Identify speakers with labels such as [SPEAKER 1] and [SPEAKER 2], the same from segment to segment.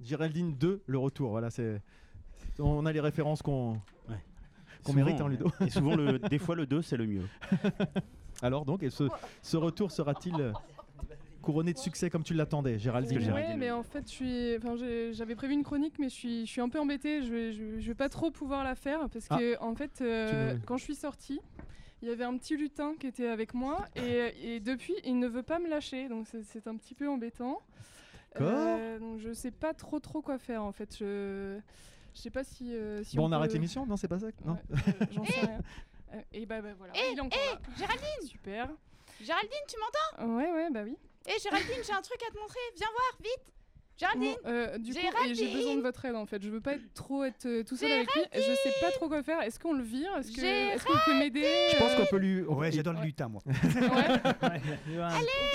[SPEAKER 1] Géraldine 2, le retour. Voilà, c'est. On a les références qu'on
[SPEAKER 2] Ouais.
[SPEAKER 1] qu'on
[SPEAKER 2] Souvent,
[SPEAKER 1] mérite, hein,
[SPEAKER 2] ouais.
[SPEAKER 1] Ludo.
[SPEAKER 2] Et souvent, le, des fois, le 2, c'est le mieux.
[SPEAKER 1] Alors donc, et ce, ce retour sera-t-il euh, couronné de succès comme tu l'attendais, Géraldine
[SPEAKER 2] que j'ai arrêté
[SPEAKER 3] Ouais,
[SPEAKER 2] de-
[SPEAKER 3] mais en fait, je suis- enfin, j'ai- j'avais prévu une chronique, mais je suis, je suis un peu embêtée. Je vais, je, vais- je vais pas trop pouvoir la faire parce que, en fait, euh,
[SPEAKER 1] Ah. Tu me-
[SPEAKER 3] quand je suis sortie, il y avait un petit lutin qui était avec moi et, et depuis, il ne veut pas me lâcher, donc c'est- c'est un petit peu embêtant. Euh,
[SPEAKER 1] D'accord.
[SPEAKER 3] donc je sais pas trop trop quoi faire en fait. Je, je sais pas si. euh, si
[SPEAKER 1] Bon, on,
[SPEAKER 3] on, peut-
[SPEAKER 1] arrête l'émission Non, c'est pas ça Non. Eh
[SPEAKER 3] Ouais, euh, J'en sais rien. Euh, et bah, bah, voilà. il est encore là.
[SPEAKER 4] Géraldine
[SPEAKER 3] Super.
[SPEAKER 4] Géraldine, tu m'entends
[SPEAKER 3] Ouais, ouais, bah oui.
[SPEAKER 4] Eh Géraldine, j'ai un truc à te montrer. Viens voir, vite
[SPEAKER 3] Bon,
[SPEAKER 4] Géraldine
[SPEAKER 3] euh, du coup, et j'ai
[SPEAKER 4] Géraldine
[SPEAKER 3] besoin de votre aide en fait. Je veux pas être trop être euh, tout seul avec lui. Je sais pas trop quoi faire. Est-ce qu'on le vire Est-ce que est-ce qu'on peut m'aider
[SPEAKER 1] Je pense qu'on peut lui.
[SPEAKER 5] Ouais,
[SPEAKER 1] et-
[SPEAKER 5] j'adore le lutin, moi.
[SPEAKER 3] Ouais.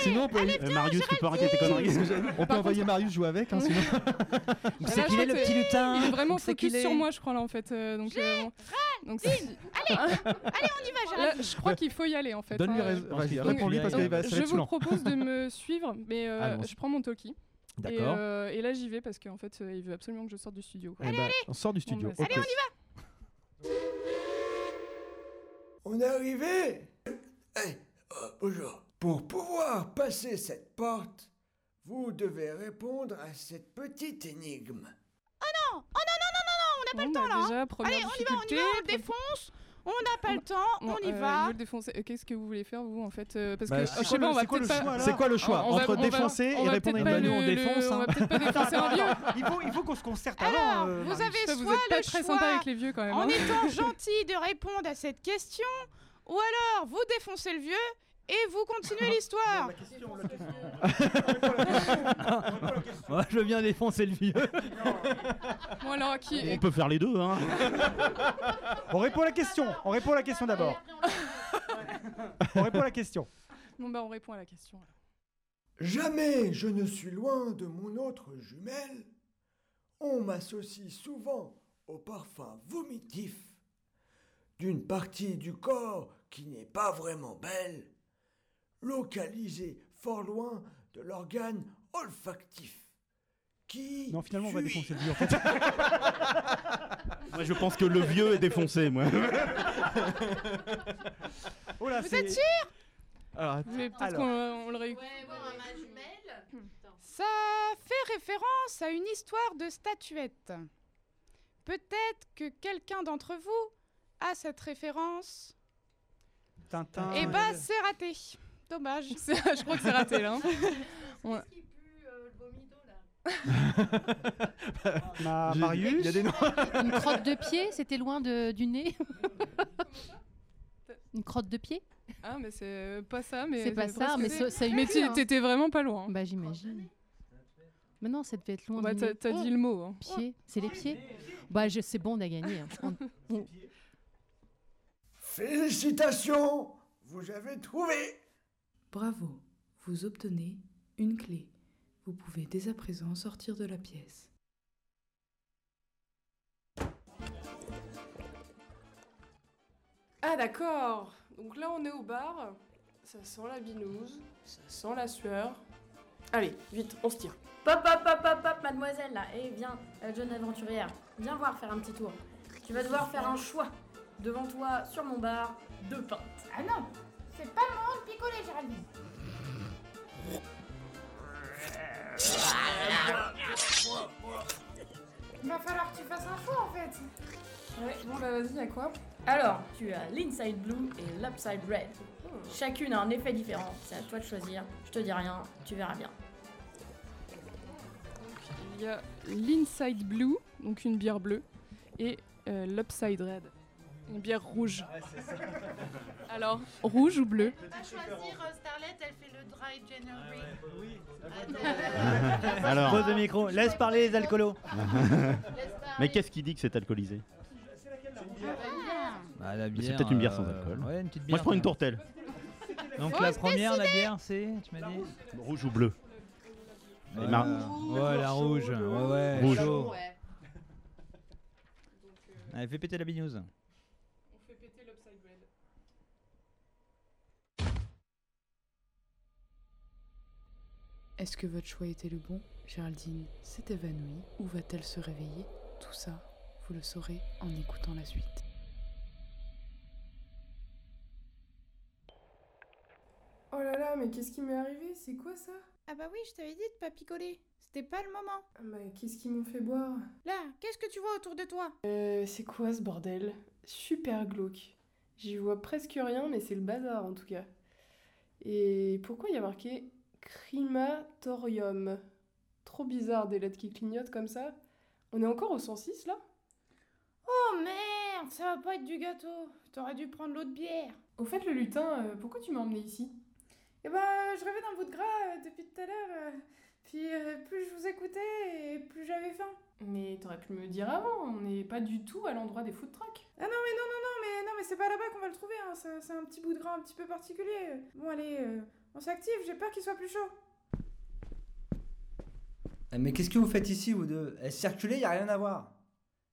[SPEAKER 1] Sinon, on peut,
[SPEAKER 2] Euh, Marius, tu peux arrêter tes conneries
[SPEAKER 1] Qu'est-ce que j'ai- on peut envoyer Marius jouer avec. hein, sinon-
[SPEAKER 4] Ah
[SPEAKER 6] Où
[SPEAKER 3] Là,
[SPEAKER 4] bah,
[SPEAKER 6] c'est qu'il
[SPEAKER 3] je
[SPEAKER 6] est le
[SPEAKER 3] crois
[SPEAKER 6] petit lutin
[SPEAKER 3] Il est vraiment
[SPEAKER 6] Où c'est qu'il
[SPEAKER 3] focus
[SPEAKER 6] est
[SPEAKER 3] sur moi, je crois là en fait. euh, donc, euh, bon. donc c'est-
[SPEAKER 4] On y va, Géraldine
[SPEAKER 3] là, je crois qu'il faut y aller en fait.
[SPEAKER 1] Donne-lui
[SPEAKER 3] hein.
[SPEAKER 1] raison.
[SPEAKER 2] euh, pense qu'il
[SPEAKER 1] Vas-y,
[SPEAKER 2] faut
[SPEAKER 1] réponds-lui
[SPEAKER 2] appuyer
[SPEAKER 1] parce
[SPEAKER 2] avec-
[SPEAKER 1] que va- ça va
[SPEAKER 3] Je
[SPEAKER 1] être
[SPEAKER 3] vous
[SPEAKER 1] saoulant.
[SPEAKER 3] propose de me suivre, mais euh,
[SPEAKER 1] Allons-y.
[SPEAKER 3] je prends mon talkie. Et,
[SPEAKER 1] D'accord.
[SPEAKER 3] euh, et là j'y vais parce qu'en fait euh, il veut absolument que je sorte du studio.
[SPEAKER 1] Eh ben, On sort du studio.
[SPEAKER 3] bah, c'est-
[SPEAKER 1] Ok.
[SPEAKER 7] On est arrivé Hey, euh, bonjour. Pour pouvoir passer cette porte, vous devez répondre à cette petite énigme.
[SPEAKER 4] On n'a pas le
[SPEAKER 3] Bon,
[SPEAKER 4] temps
[SPEAKER 3] bah,
[SPEAKER 4] là hein.
[SPEAKER 3] déjà, première
[SPEAKER 4] Allez, on y va, on y
[SPEAKER 3] difficulté.
[SPEAKER 4] va, on le défonce On n'a pas le temps,
[SPEAKER 3] Bon,
[SPEAKER 4] on y
[SPEAKER 3] euh, je
[SPEAKER 4] va
[SPEAKER 3] veux le défoncer. Euh, Qu'est-ce que vous voulez faire vous en fait euh, Parce
[SPEAKER 1] Bah,
[SPEAKER 3] que
[SPEAKER 1] c'est
[SPEAKER 3] je sais pas, on va peut-être pas.
[SPEAKER 1] C'est quoi le choix
[SPEAKER 3] On va-
[SPEAKER 1] entre
[SPEAKER 3] on va-
[SPEAKER 1] défoncer
[SPEAKER 3] on
[SPEAKER 1] et
[SPEAKER 3] va
[SPEAKER 1] répondre à
[SPEAKER 3] peut-être
[SPEAKER 1] une
[SPEAKER 3] pas
[SPEAKER 1] bonne
[SPEAKER 3] le-
[SPEAKER 6] nous, on
[SPEAKER 3] le-
[SPEAKER 6] défonce,
[SPEAKER 3] On va
[SPEAKER 6] hein.
[SPEAKER 3] peut-être pas défoncer un vieux.
[SPEAKER 5] Il faut, il faut qu'on se concerte
[SPEAKER 4] Alors,
[SPEAKER 5] avant. euh,
[SPEAKER 4] vous
[SPEAKER 5] Marie.
[SPEAKER 4] avez
[SPEAKER 3] Ça, vous
[SPEAKER 4] soit
[SPEAKER 3] êtes pas
[SPEAKER 4] le
[SPEAKER 3] très
[SPEAKER 4] choix
[SPEAKER 3] sympa avec les vieux quand même.
[SPEAKER 4] en
[SPEAKER 3] hein.
[SPEAKER 4] étant gentil de répondre à cette question, ou alors vous défoncez le vieux et vous continuez l'histoire.
[SPEAKER 5] La question, la question.
[SPEAKER 6] Moi, je viens défoncer le vieux.
[SPEAKER 3] Bon alors qui
[SPEAKER 2] On peut faire les deux, hein.
[SPEAKER 5] On répond à la question. On répond à la question d'abord. On répond à la question.
[SPEAKER 3] Bon bah on répond à la question. alors.
[SPEAKER 7] Jamais je ne suis loin de mon autre jumelle. On m'associe souvent au parfum vomitif d'une partie du corps qui n'est pas vraiment belle, localisée fort loin de l'organe olfactif. Qui
[SPEAKER 5] Non, finalement, on va
[SPEAKER 7] suis-je
[SPEAKER 5] défoncer le vieux. En fait,
[SPEAKER 2] Moi, je pense que le vieux est défoncé, moi.
[SPEAKER 5] oh là,
[SPEAKER 4] Vous
[SPEAKER 5] c'est-
[SPEAKER 4] êtes sûr
[SPEAKER 1] Alors,
[SPEAKER 3] Vous voulez peut-être
[SPEAKER 5] Alors.
[SPEAKER 3] qu'on euh, on le réécoute.
[SPEAKER 4] Ça fait référence à une histoire de statuette. Peut-être que quelqu'un d'entre vous a cette référence.
[SPEAKER 5] Tintin.
[SPEAKER 4] Eh bah, c'est raté. Dommage.
[SPEAKER 3] C'est- je crois que c'est raté là. hein.
[SPEAKER 8] euh,
[SPEAKER 5] Ma-
[SPEAKER 1] j'ai-
[SPEAKER 5] Marius.
[SPEAKER 1] il y a des noms.
[SPEAKER 9] Une crotte de pied, c'était loin de- du nez. Une crotte de pied
[SPEAKER 3] Ah mais c'est euh, pas ça mais
[SPEAKER 9] C'est pas
[SPEAKER 3] presque
[SPEAKER 9] ça, mais ça-
[SPEAKER 3] ça.
[SPEAKER 9] ça
[SPEAKER 3] Mais
[SPEAKER 9] inclut,
[SPEAKER 3] tu-
[SPEAKER 9] hein.
[SPEAKER 3] t'étais vraiment pas loin.
[SPEAKER 9] Bah j'imagine. Mais non, ça devait être loin
[SPEAKER 3] Bah,
[SPEAKER 9] du
[SPEAKER 3] t'as
[SPEAKER 9] nez. Oh,
[SPEAKER 3] t'as dit le mot. hein.
[SPEAKER 9] Pied, c'est les pieds Bah je c'est bon, on a gagné. hein. On-
[SPEAKER 7] Félicitations Vous avez trouvé
[SPEAKER 10] Bravo, vous obtenez une clé. Vous pouvez dès à présent sortir de la pièce.
[SPEAKER 3] Ah d'accord. Donc là on est au bar. Ça sent la binouse, ça sent la sueur. Allez, vite, on se tire.
[SPEAKER 11] Pop, pop, pop, pop, pop, mademoiselle, là. Eh, viens, euh, jeune aventurière. Viens voir faire un petit tour. Tu vas devoir faire un choix. Devant toi, sur mon bar, deux pintes.
[SPEAKER 4] Ah non, c'est pas le moment de picoler, Géraldine. Il va falloir que tu fasses un choix en fait.
[SPEAKER 11] Ouais.
[SPEAKER 3] Bon bah vas-y, à quoi
[SPEAKER 11] Alors, tu as l'inside blue et l'upside red.
[SPEAKER 3] Oh.
[SPEAKER 11] Chacune a un effet différent. C'est à toi de choisir. Je te dis rien, tu verras bien.
[SPEAKER 3] Il y a l'Inside Blue, donc une bière bleue, et euh, l'Upside Red, une bière rouge. Alors, rouge ou bleu
[SPEAKER 4] À choisir Starlet, elle fait le dry January.
[SPEAKER 2] Alors,
[SPEAKER 6] Pose le micro. Laisse parler les alcoolos.
[SPEAKER 2] mais qu'est-ce qui dit que c'est alcoolisé
[SPEAKER 6] Bah, la
[SPEAKER 2] bière, peut-être une bière sans euh, alcool.
[SPEAKER 6] Ouais, une petite bière.
[SPEAKER 2] Moi, je prends une tourtelle.
[SPEAKER 6] Donc la première, la bière, c'est. Tu m'as dit
[SPEAKER 2] Rouge ou bleu
[SPEAKER 6] Ouais,
[SPEAKER 2] mar-
[SPEAKER 6] ouais, la rouge. Ouais,
[SPEAKER 5] Euh,
[SPEAKER 6] ouais.
[SPEAKER 2] Rouge.
[SPEAKER 6] chaud. Allez, fais péter la bignouse.
[SPEAKER 3] On fait péter l'Upside Red.
[SPEAKER 10] Est-ce que votre choix était le bon Géraldine s'est évanouie. Où va-t-elle se réveiller Tout ça, vous le saurez en écoutant la suite.
[SPEAKER 3] Oh là là, mais qu'est-ce qui m'est arrivé C'est quoi ça
[SPEAKER 4] Ah bah oui, je t'avais dit de pas picoler. C'était pas le moment.
[SPEAKER 3] Mais Ah bah, qu'est-ce qu'ils m'ont fait boire
[SPEAKER 4] Là, qu'est-ce que tu vois autour de toi
[SPEAKER 3] Euh, c'est quoi ce bordel Super glauque. J'y vois presque rien, mais c'est le bazar en tout cas. Et pourquoi il y a marqué Crimatorium Trop bizarre des lettres qui clignotent comme ça. On est encore au 106 là
[SPEAKER 4] Oh merde, ça va pas être du gâteau. T'aurais dû prendre l'autre bière.
[SPEAKER 3] Au fait, le lutin, euh, pourquoi tu m'as emmené ici
[SPEAKER 4] Eh ben, euh, je rêvais d'un bout de gras euh, depuis tout à l'heure. euh, Puis euh, plus je vous écoutais et plus j'avais faim.
[SPEAKER 3] Mais t'aurais pu me le dire avant, on n'est pas du tout à l'endroit des food trucks.
[SPEAKER 4] Ah non, mais non, non, non, mais non, mais c'est pas là-bas qu'on va le trouver. hein. C'est c'est un petit bout de gras un petit peu particulier. Bon, allez, euh, on s'active. J'ai peur qu'il soit plus chaud.
[SPEAKER 7] Ah, Mais qu'est-ce que vous faites ici, vous deux Eh, Circulez, y a rien à voir.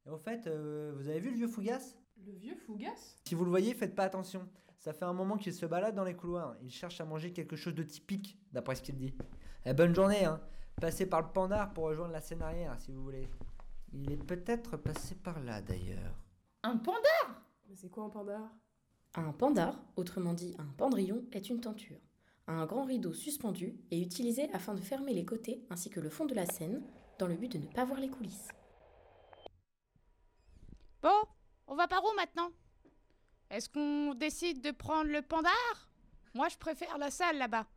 [SPEAKER 7] Et au fait, euh, vous avez vu le vieux Fougas
[SPEAKER 3] Le vieux Fougas
[SPEAKER 7] Si vous le voyez, faites pas attention. Ça fait un moment qu'il se balade dans les couloirs. Il cherche à manger quelque chose de typique, d'après ce qu'il dit. Eh, bonne journée, hein. Passez par le Pandar pour rejoindre la scène arrière, si vous voulez. Il est peut-être passé par là, d'ailleurs.
[SPEAKER 11] Un pandar
[SPEAKER 3] Mais c'est quoi un pandar
[SPEAKER 11] Un pandar, autrement dit un pendrillon, est une tenture. Un grand rideau suspendu et utilisé afin de fermer les côtés ainsi que le fond de la scène, dans le but de ne pas voir les coulisses.
[SPEAKER 4] Bon, on va par où maintenant Est-ce qu'on décide de prendre le pandar Moi, je préfère la salle là-bas.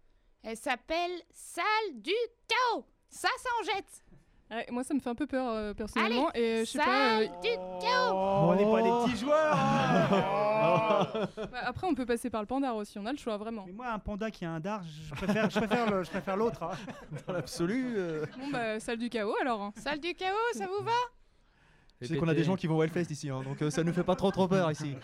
[SPEAKER 4] Elle s'appelle Salle du Chaos. Ça, ça en jette.
[SPEAKER 12] Ouais, moi, ça me fait un peu peur euh, personnellement. et euh, je sais pas. euh,
[SPEAKER 4] Salle du Chaos.
[SPEAKER 1] Oh.
[SPEAKER 2] on n'est pas des petits joueurs
[SPEAKER 12] bah, après, on peut passer par le pandar aussi. On a le choix vraiment.
[SPEAKER 5] Moi, un panda qui a un dard, je préfère, je préfère le- je préfère l'autre. hein.
[SPEAKER 1] Dans l'absolu. euh,
[SPEAKER 12] Bon, bah, salle du chaos alors. hein.
[SPEAKER 4] Salle du chaos, ça vous va
[SPEAKER 1] Je sais qu'on a des gens qui vont au Hellfest ici, hein, donc euh, ça ne fait pas trop trop peur ici.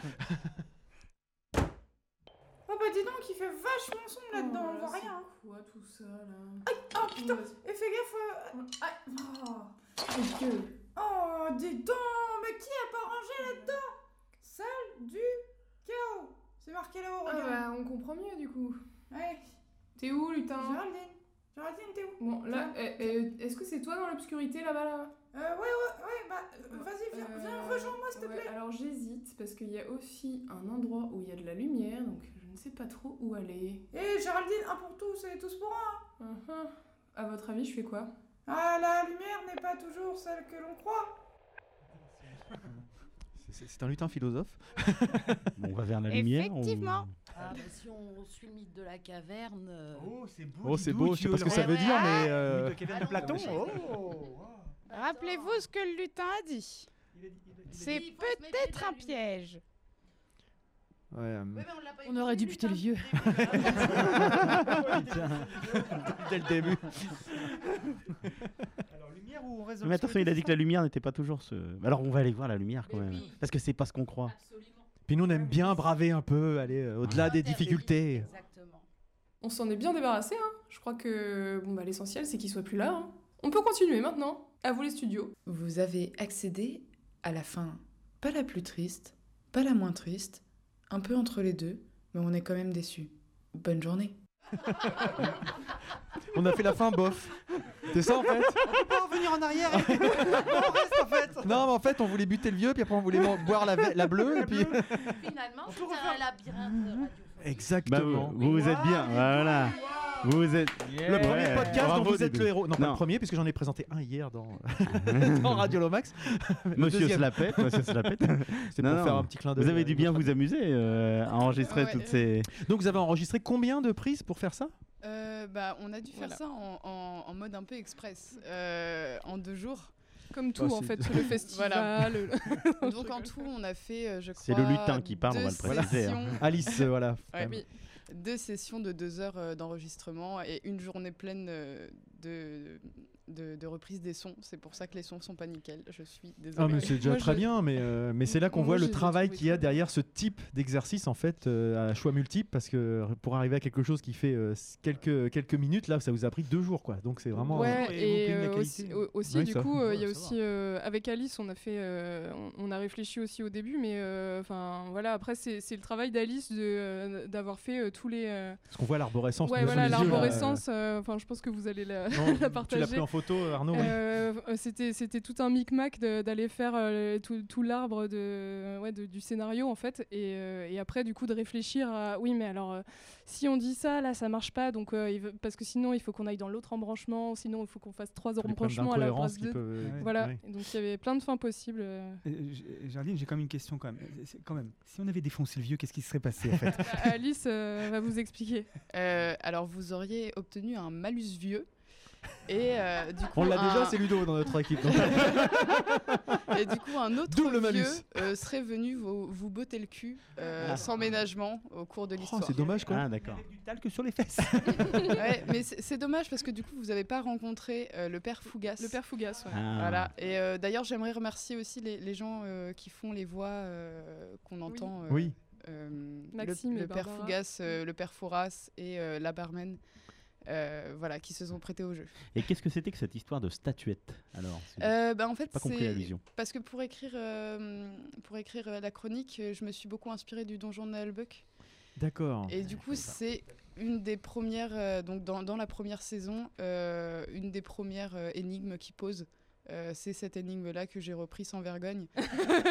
[SPEAKER 4] Oh bah dis donc, il fait vachement sombre là-dedans, on voit rien.
[SPEAKER 3] C'est quoi tout ça là
[SPEAKER 4] Oh putain, et fais gaffe. euh, aïe.
[SPEAKER 3] Mon Dieu.
[SPEAKER 4] Oh, dis donc, mais qui a pas rangé là-dedans Salle du chaos. C'est marqué là-haut,
[SPEAKER 3] Ah
[SPEAKER 4] regarde.
[SPEAKER 3] bah on comprend mieux du coup.
[SPEAKER 4] Ouais.
[SPEAKER 3] T'es où lutin
[SPEAKER 4] Géraldine, Géraldine, t'es où
[SPEAKER 3] Bon là, euh, euh, est-ce que c'est toi dans l'obscurité là-bas là
[SPEAKER 4] Euh, ouais, ouais, ouais, bah, euh, vas-y, viens,
[SPEAKER 3] Euh,
[SPEAKER 4] viens, rejoins-moi s'il te
[SPEAKER 3] ouais,
[SPEAKER 4] plaît.
[SPEAKER 3] Alors j'hésite parce qu'il y a aussi un endroit où il y a de la lumière donc je ne sais pas trop où aller.
[SPEAKER 4] Hé, Géraldine, un pour tous et tous pour un.
[SPEAKER 3] Hum, hum. À votre avis je fais quoi
[SPEAKER 4] Ah, la lumière n'est pas toujours celle que l'on croit.
[SPEAKER 1] C'est- C'est c'est un lutin philosophe.
[SPEAKER 2] Bon, on va vers la lumière. on-
[SPEAKER 4] Effectivement.
[SPEAKER 8] Ah, bah, si on suit le mythe de la caverne. euh,
[SPEAKER 5] Oh, c'est beau.
[SPEAKER 1] Oh, c'est
[SPEAKER 5] Didou,
[SPEAKER 1] beau, je sais pas ce que
[SPEAKER 5] Dieu,
[SPEAKER 1] ça
[SPEAKER 5] le-
[SPEAKER 1] veut dire, mais.
[SPEAKER 5] Mythe
[SPEAKER 1] euh,
[SPEAKER 5] de Kevin de Platon. Oh.
[SPEAKER 4] Rappelez-vous ce que le lutin a dit. C'est peut-être un piège.
[SPEAKER 1] ouais, euh,
[SPEAKER 13] On aurait dû buter le vieux.
[SPEAKER 1] Dès le début.
[SPEAKER 5] Alors, lumière ou on reste dans
[SPEAKER 2] Mais attention, il a dit que la lumière n'était pas toujours ce. Alors on va aller voir la lumière quand
[SPEAKER 5] Mais
[SPEAKER 2] même.
[SPEAKER 5] oui.
[SPEAKER 2] Parce que c'est pas ce qu'on croit.
[SPEAKER 1] Puis nous, on aime bien braver un peu, aller euh,
[SPEAKER 4] Ah,
[SPEAKER 1] au-delà des difficultés.
[SPEAKER 8] Exactement.
[SPEAKER 3] On s'en est bien débarrassé hein. Je crois que bon bah l'essentiel c'est qu'il soit plus là. hein. On peut continuer maintenant. À vous les studios.
[SPEAKER 10] Vous avez accédé à la fin, pas la plus triste, pas la moins triste, un peu entre les deux, mais on est quand même déçus. Bonne journée.
[SPEAKER 1] On a fait la fin, bof. C'est ça en fait
[SPEAKER 5] On peut pas revenir en arrière. et- Non, on reste en fait.
[SPEAKER 1] Non, mais en fait, on voulait buter le vieux, puis après, on voulait bo- boire la, ve- la bleue, et puis.
[SPEAKER 8] Finalement, c'est un labyrinthe radio.
[SPEAKER 2] Bah, vous,
[SPEAKER 1] Exactement.
[SPEAKER 2] vous vous êtes bien, voilà. Vous vous êtes.
[SPEAKER 1] euh, Le premier
[SPEAKER 2] Ouais,
[SPEAKER 1] podcast
[SPEAKER 2] bravo,
[SPEAKER 1] dont vous êtes
[SPEAKER 2] Didou.
[SPEAKER 1] le héros. Non, pas
[SPEAKER 2] Non.
[SPEAKER 1] le premier, puisque j'en ai présenté un hier dans, dans Radio Lomax. Le
[SPEAKER 2] Monsieur
[SPEAKER 1] deuxième.
[SPEAKER 2] Slapette, Monsieur Slapette.
[SPEAKER 1] C'est pour faire un petit clin d'œil
[SPEAKER 2] Vous avez
[SPEAKER 1] à
[SPEAKER 2] dû bien vous amuser euh, à enregistrer
[SPEAKER 14] Ouais.
[SPEAKER 2] toutes ces.
[SPEAKER 1] Donc, vous avez enregistré combien de prises pour faire ça
[SPEAKER 14] Euh, bah, on a dû faire
[SPEAKER 12] Voilà.
[SPEAKER 14] ça en, en- en mode un peu
[SPEAKER 4] Mm.
[SPEAKER 14] express, euh, en deux jours.
[SPEAKER 12] Comme tout
[SPEAKER 1] Bah,
[SPEAKER 12] en
[SPEAKER 1] c'est-
[SPEAKER 12] fait, le festival.
[SPEAKER 14] Voilà.
[SPEAKER 12] le-
[SPEAKER 14] Donc en tout, on a fait, euh, je crois.
[SPEAKER 2] C'est le lutin qui parle,
[SPEAKER 14] deux
[SPEAKER 2] on va le préciser, hein.
[SPEAKER 14] sessions-
[SPEAKER 1] Alice, euh, voilà.
[SPEAKER 14] Ouais,
[SPEAKER 1] Quand même.
[SPEAKER 14] oui. Deux sessions de deux heures euh, d'enregistrement et une journée pleine euh, de, de, de reprise des sons. C'est pour ça que les sons sont pas nickel. Je suis désolée.
[SPEAKER 1] Ah, mais c'est déjà
[SPEAKER 14] Moi,
[SPEAKER 1] très
[SPEAKER 14] je-
[SPEAKER 1] bien, mais, euh, mais c'est là qu'on
[SPEAKER 14] Moi,
[SPEAKER 1] voit
[SPEAKER 14] je
[SPEAKER 1] le
[SPEAKER 14] les ai
[SPEAKER 1] travail
[SPEAKER 14] trouvés
[SPEAKER 1] qu'il y a
[SPEAKER 14] très bien.
[SPEAKER 1] derrière ce type d'exercice en fait euh, à choix multiples parce que euh, pour arriver à quelque chose qui fait euh, s- quelques, quelques minutes là ça vous a pris deux jours quoi donc c'est vraiment
[SPEAKER 12] Ouais,
[SPEAKER 1] euh,
[SPEAKER 12] et euh, aussi, au- aussi,
[SPEAKER 1] Ouais,
[SPEAKER 12] du
[SPEAKER 1] ça.
[SPEAKER 12] coup, euh, il y a
[SPEAKER 1] Ouais, ça
[SPEAKER 12] aussi euh, avec Alice, on a fait, euh, on, on a réfléchi aussi au début, mais euh, enfin voilà, après c'est c'est le travail d'Alice de, euh, d'avoir fait euh, tous les. euh,
[SPEAKER 1] parce qu'on voit l'arborescence
[SPEAKER 12] ouais,
[SPEAKER 1] nous, sous
[SPEAKER 12] voilà,
[SPEAKER 1] les yeux, là, euh,
[SPEAKER 12] l'arborescence. euh, Enfin, je pense que vous allez la,
[SPEAKER 1] Non,
[SPEAKER 12] la
[SPEAKER 1] tu l'as
[SPEAKER 12] partager.
[SPEAKER 1] pris en photo, Arnaud. oui.
[SPEAKER 3] Euh, euh, c'était c'était tout un micmac de- d'aller faire euh, tout, tout l'arbre de, ouais, de- du scénario en fait et, euh, et après du coup de réfléchir à oui mais alors euh, si on dit ça là ça marche pas donc euh, il veut- parce que sinon il faut qu'on aille dans l'autre embranchement sinon il faut qu'on fasse trois embranchements à la
[SPEAKER 1] d'incohérence
[SPEAKER 3] place
[SPEAKER 1] qui
[SPEAKER 3] de-
[SPEAKER 1] peuvent- euh, Ouais.
[SPEAKER 3] voilà
[SPEAKER 1] ouais.
[SPEAKER 3] Et donc il y avait plein de fins possibles euh.
[SPEAKER 5] Euh, G- Géraldine, j'ai quand même une question quand même. Euh, c'est- quand même. Si on avait défoncé le vieux, qu'est-ce qui se serait passé en fait
[SPEAKER 3] Bah, Alice euh, va vous expliquer
[SPEAKER 4] Euh, alors, vous auriez obtenu un malus vieux. Et euh, du coup,
[SPEAKER 1] On l'a
[SPEAKER 4] un-
[SPEAKER 1] déjà, c'est Ludo dans notre équipe. donc.
[SPEAKER 4] Et du coup, un autre
[SPEAKER 1] Double malus. Oh,
[SPEAKER 4] vieux euh, serait venu vous, vous botter le cul euh,
[SPEAKER 1] Ah.
[SPEAKER 4] sans ménagement au cours de l'histoire.
[SPEAKER 1] c'est dommage, quoi. Ah,
[SPEAKER 5] d'accord. Du talc sur les fesses.
[SPEAKER 4] Ouais, mais c'est c'est dommage parce que du coup, vous n'avez pas rencontré euh, le père Fougas.
[SPEAKER 3] Le père Fougas, ouais.
[SPEAKER 1] Ah.
[SPEAKER 4] Voilà. Et euh, d'ailleurs, j'aimerais remercier aussi les, les gens euh, qui font les voix euh, qu'on entend. euh,
[SPEAKER 1] Oui.
[SPEAKER 4] euh, le-
[SPEAKER 3] Maxime
[SPEAKER 4] le,
[SPEAKER 3] et
[SPEAKER 4] père
[SPEAKER 3] Barbara.
[SPEAKER 4] Fougas, euh, le père Fouras et euh, la barman. euh, voilà, qui se sont prêtés au jeu.
[SPEAKER 2] Et qu'est-ce que c'était que cette histoire de statuette alors c'est-
[SPEAKER 4] Euh, bah, en
[SPEAKER 2] J'ai
[SPEAKER 4] fait,
[SPEAKER 2] Mmh. pas compris
[SPEAKER 4] c'est-
[SPEAKER 2] l'allusion.
[SPEAKER 4] Parce que pour écrire, euh, pour écrire euh, la chronique, euh, je me suis beaucoup inspirée du donjon de Nalbuck.
[SPEAKER 1] D'accord.
[SPEAKER 4] Et du coup, c'est une des premières, euh, donc dans, dans la première saison, euh, une des premières euh, énigmes qui pose. Euh, c'est cette énigme-là que j'ai repris sans vergogne.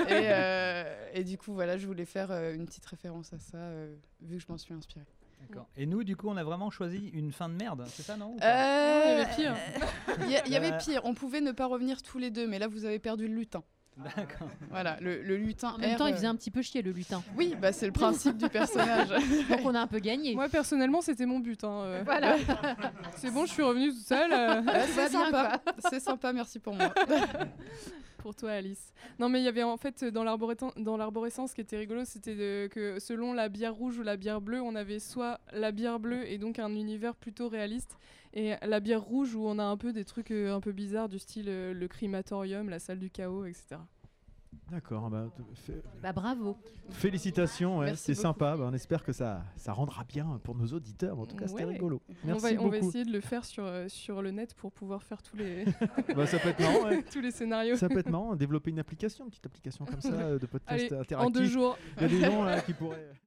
[SPEAKER 4] et, euh, et du coup, voilà, je voulais faire euh, une petite référence à ça, euh, vu que je m'en suis inspirée.
[SPEAKER 15] D'accord. Et nous, du coup, on a vraiment choisi une fin de merde, c'est ça, non ou pas
[SPEAKER 4] Euh,
[SPEAKER 3] il y avait pire.
[SPEAKER 4] Il y, a- il y avait
[SPEAKER 15] Euh,
[SPEAKER 4] pire. On pouvait ne pas revenir tous les deux, mais là, vous avez perdu le lutin.
[SPEAKER 15] D'accord.
[SPEAKER 4] Voilà, le, le lutin.
[SPEAKER 11] En même temps, il faisait un
[SPEAKER 4] petit peu chier le lutin. Oui, bah c'est le principe du personnage.
[SPEAKER 3] Donc
[SPEAKER 11] on a un peu
[SPEAKER 4] euh.
[SPEAKER 11] gagné.
[SPEAKER 3] Moi personnellement c'était mon but. hein, euh.
[SPEAKER 11] Voilà.
[SPEAKER 3] c'est bon, je suis revenue toute seule. euh, tout va
[SPEAKER 4] Ouais, Bah, c'est
[SPEAKER 3] bien,
[SPEAKER 4] sympa.
[SPEAKER 3] quoi.
[SPEAKER 4] C'est sympa, merci pour moi.
[SPEAKER 3] pour toi Alice. Non mais il y avait en fait dans l'arboretan- dans l'arborescence ce qui était rigolo, c'était de- que selon la bière rouge ou la bière bleue, on avait soit la bière bleue et donc un univers plutôt réaliste et la bière rouge où on a un peu des trucs euh, un peu bizarres du style euh, le crématorium, la salle du chaos, etc.
[SPEAKER 1] D'accord. Bah, t- fé-
[SPEAKER 11] Bah bravo.
[SPEAKER 1] Félicitations, ouais,
[SPEAKER 11] Merci
[SPEAKER 1] c'est
[SPEAKER 11] beaucoup.
[SPEAKER 1] sympa. Bah, on espère que ça, ça rendra bien pour nos auditeurs. En tout cas, c'était
[SPEAKER 3] Ouais.
[SPEAKER 1] rigolo.
[SPEAKER 3] On va-
[SPEAKER 1] Merci
[SPEAKER 3] on va,
[SPEAKER 1] beaucoup.
[SPEAKER 3] essayer de le faire sur, euh, sur le net pour pouvoir faire tous les,
[SPEAKER 1] Bah, ça peut être marrant, ouais.
[SPEAKER 3] tous les scénarios.
[SPEAKER 1] Ça peut être marrant, développer une application, une petite application comme ça
[SPEAKER 3] Ouais.
[SPEAKER 1] euh, de podcast
[SPEAKER 3] Allez, en
[SPEAKER 1] interactif.
[SPEAKER 3] deux jours.
[SPEAKER 1] Il y a des gens là, qui pourraient.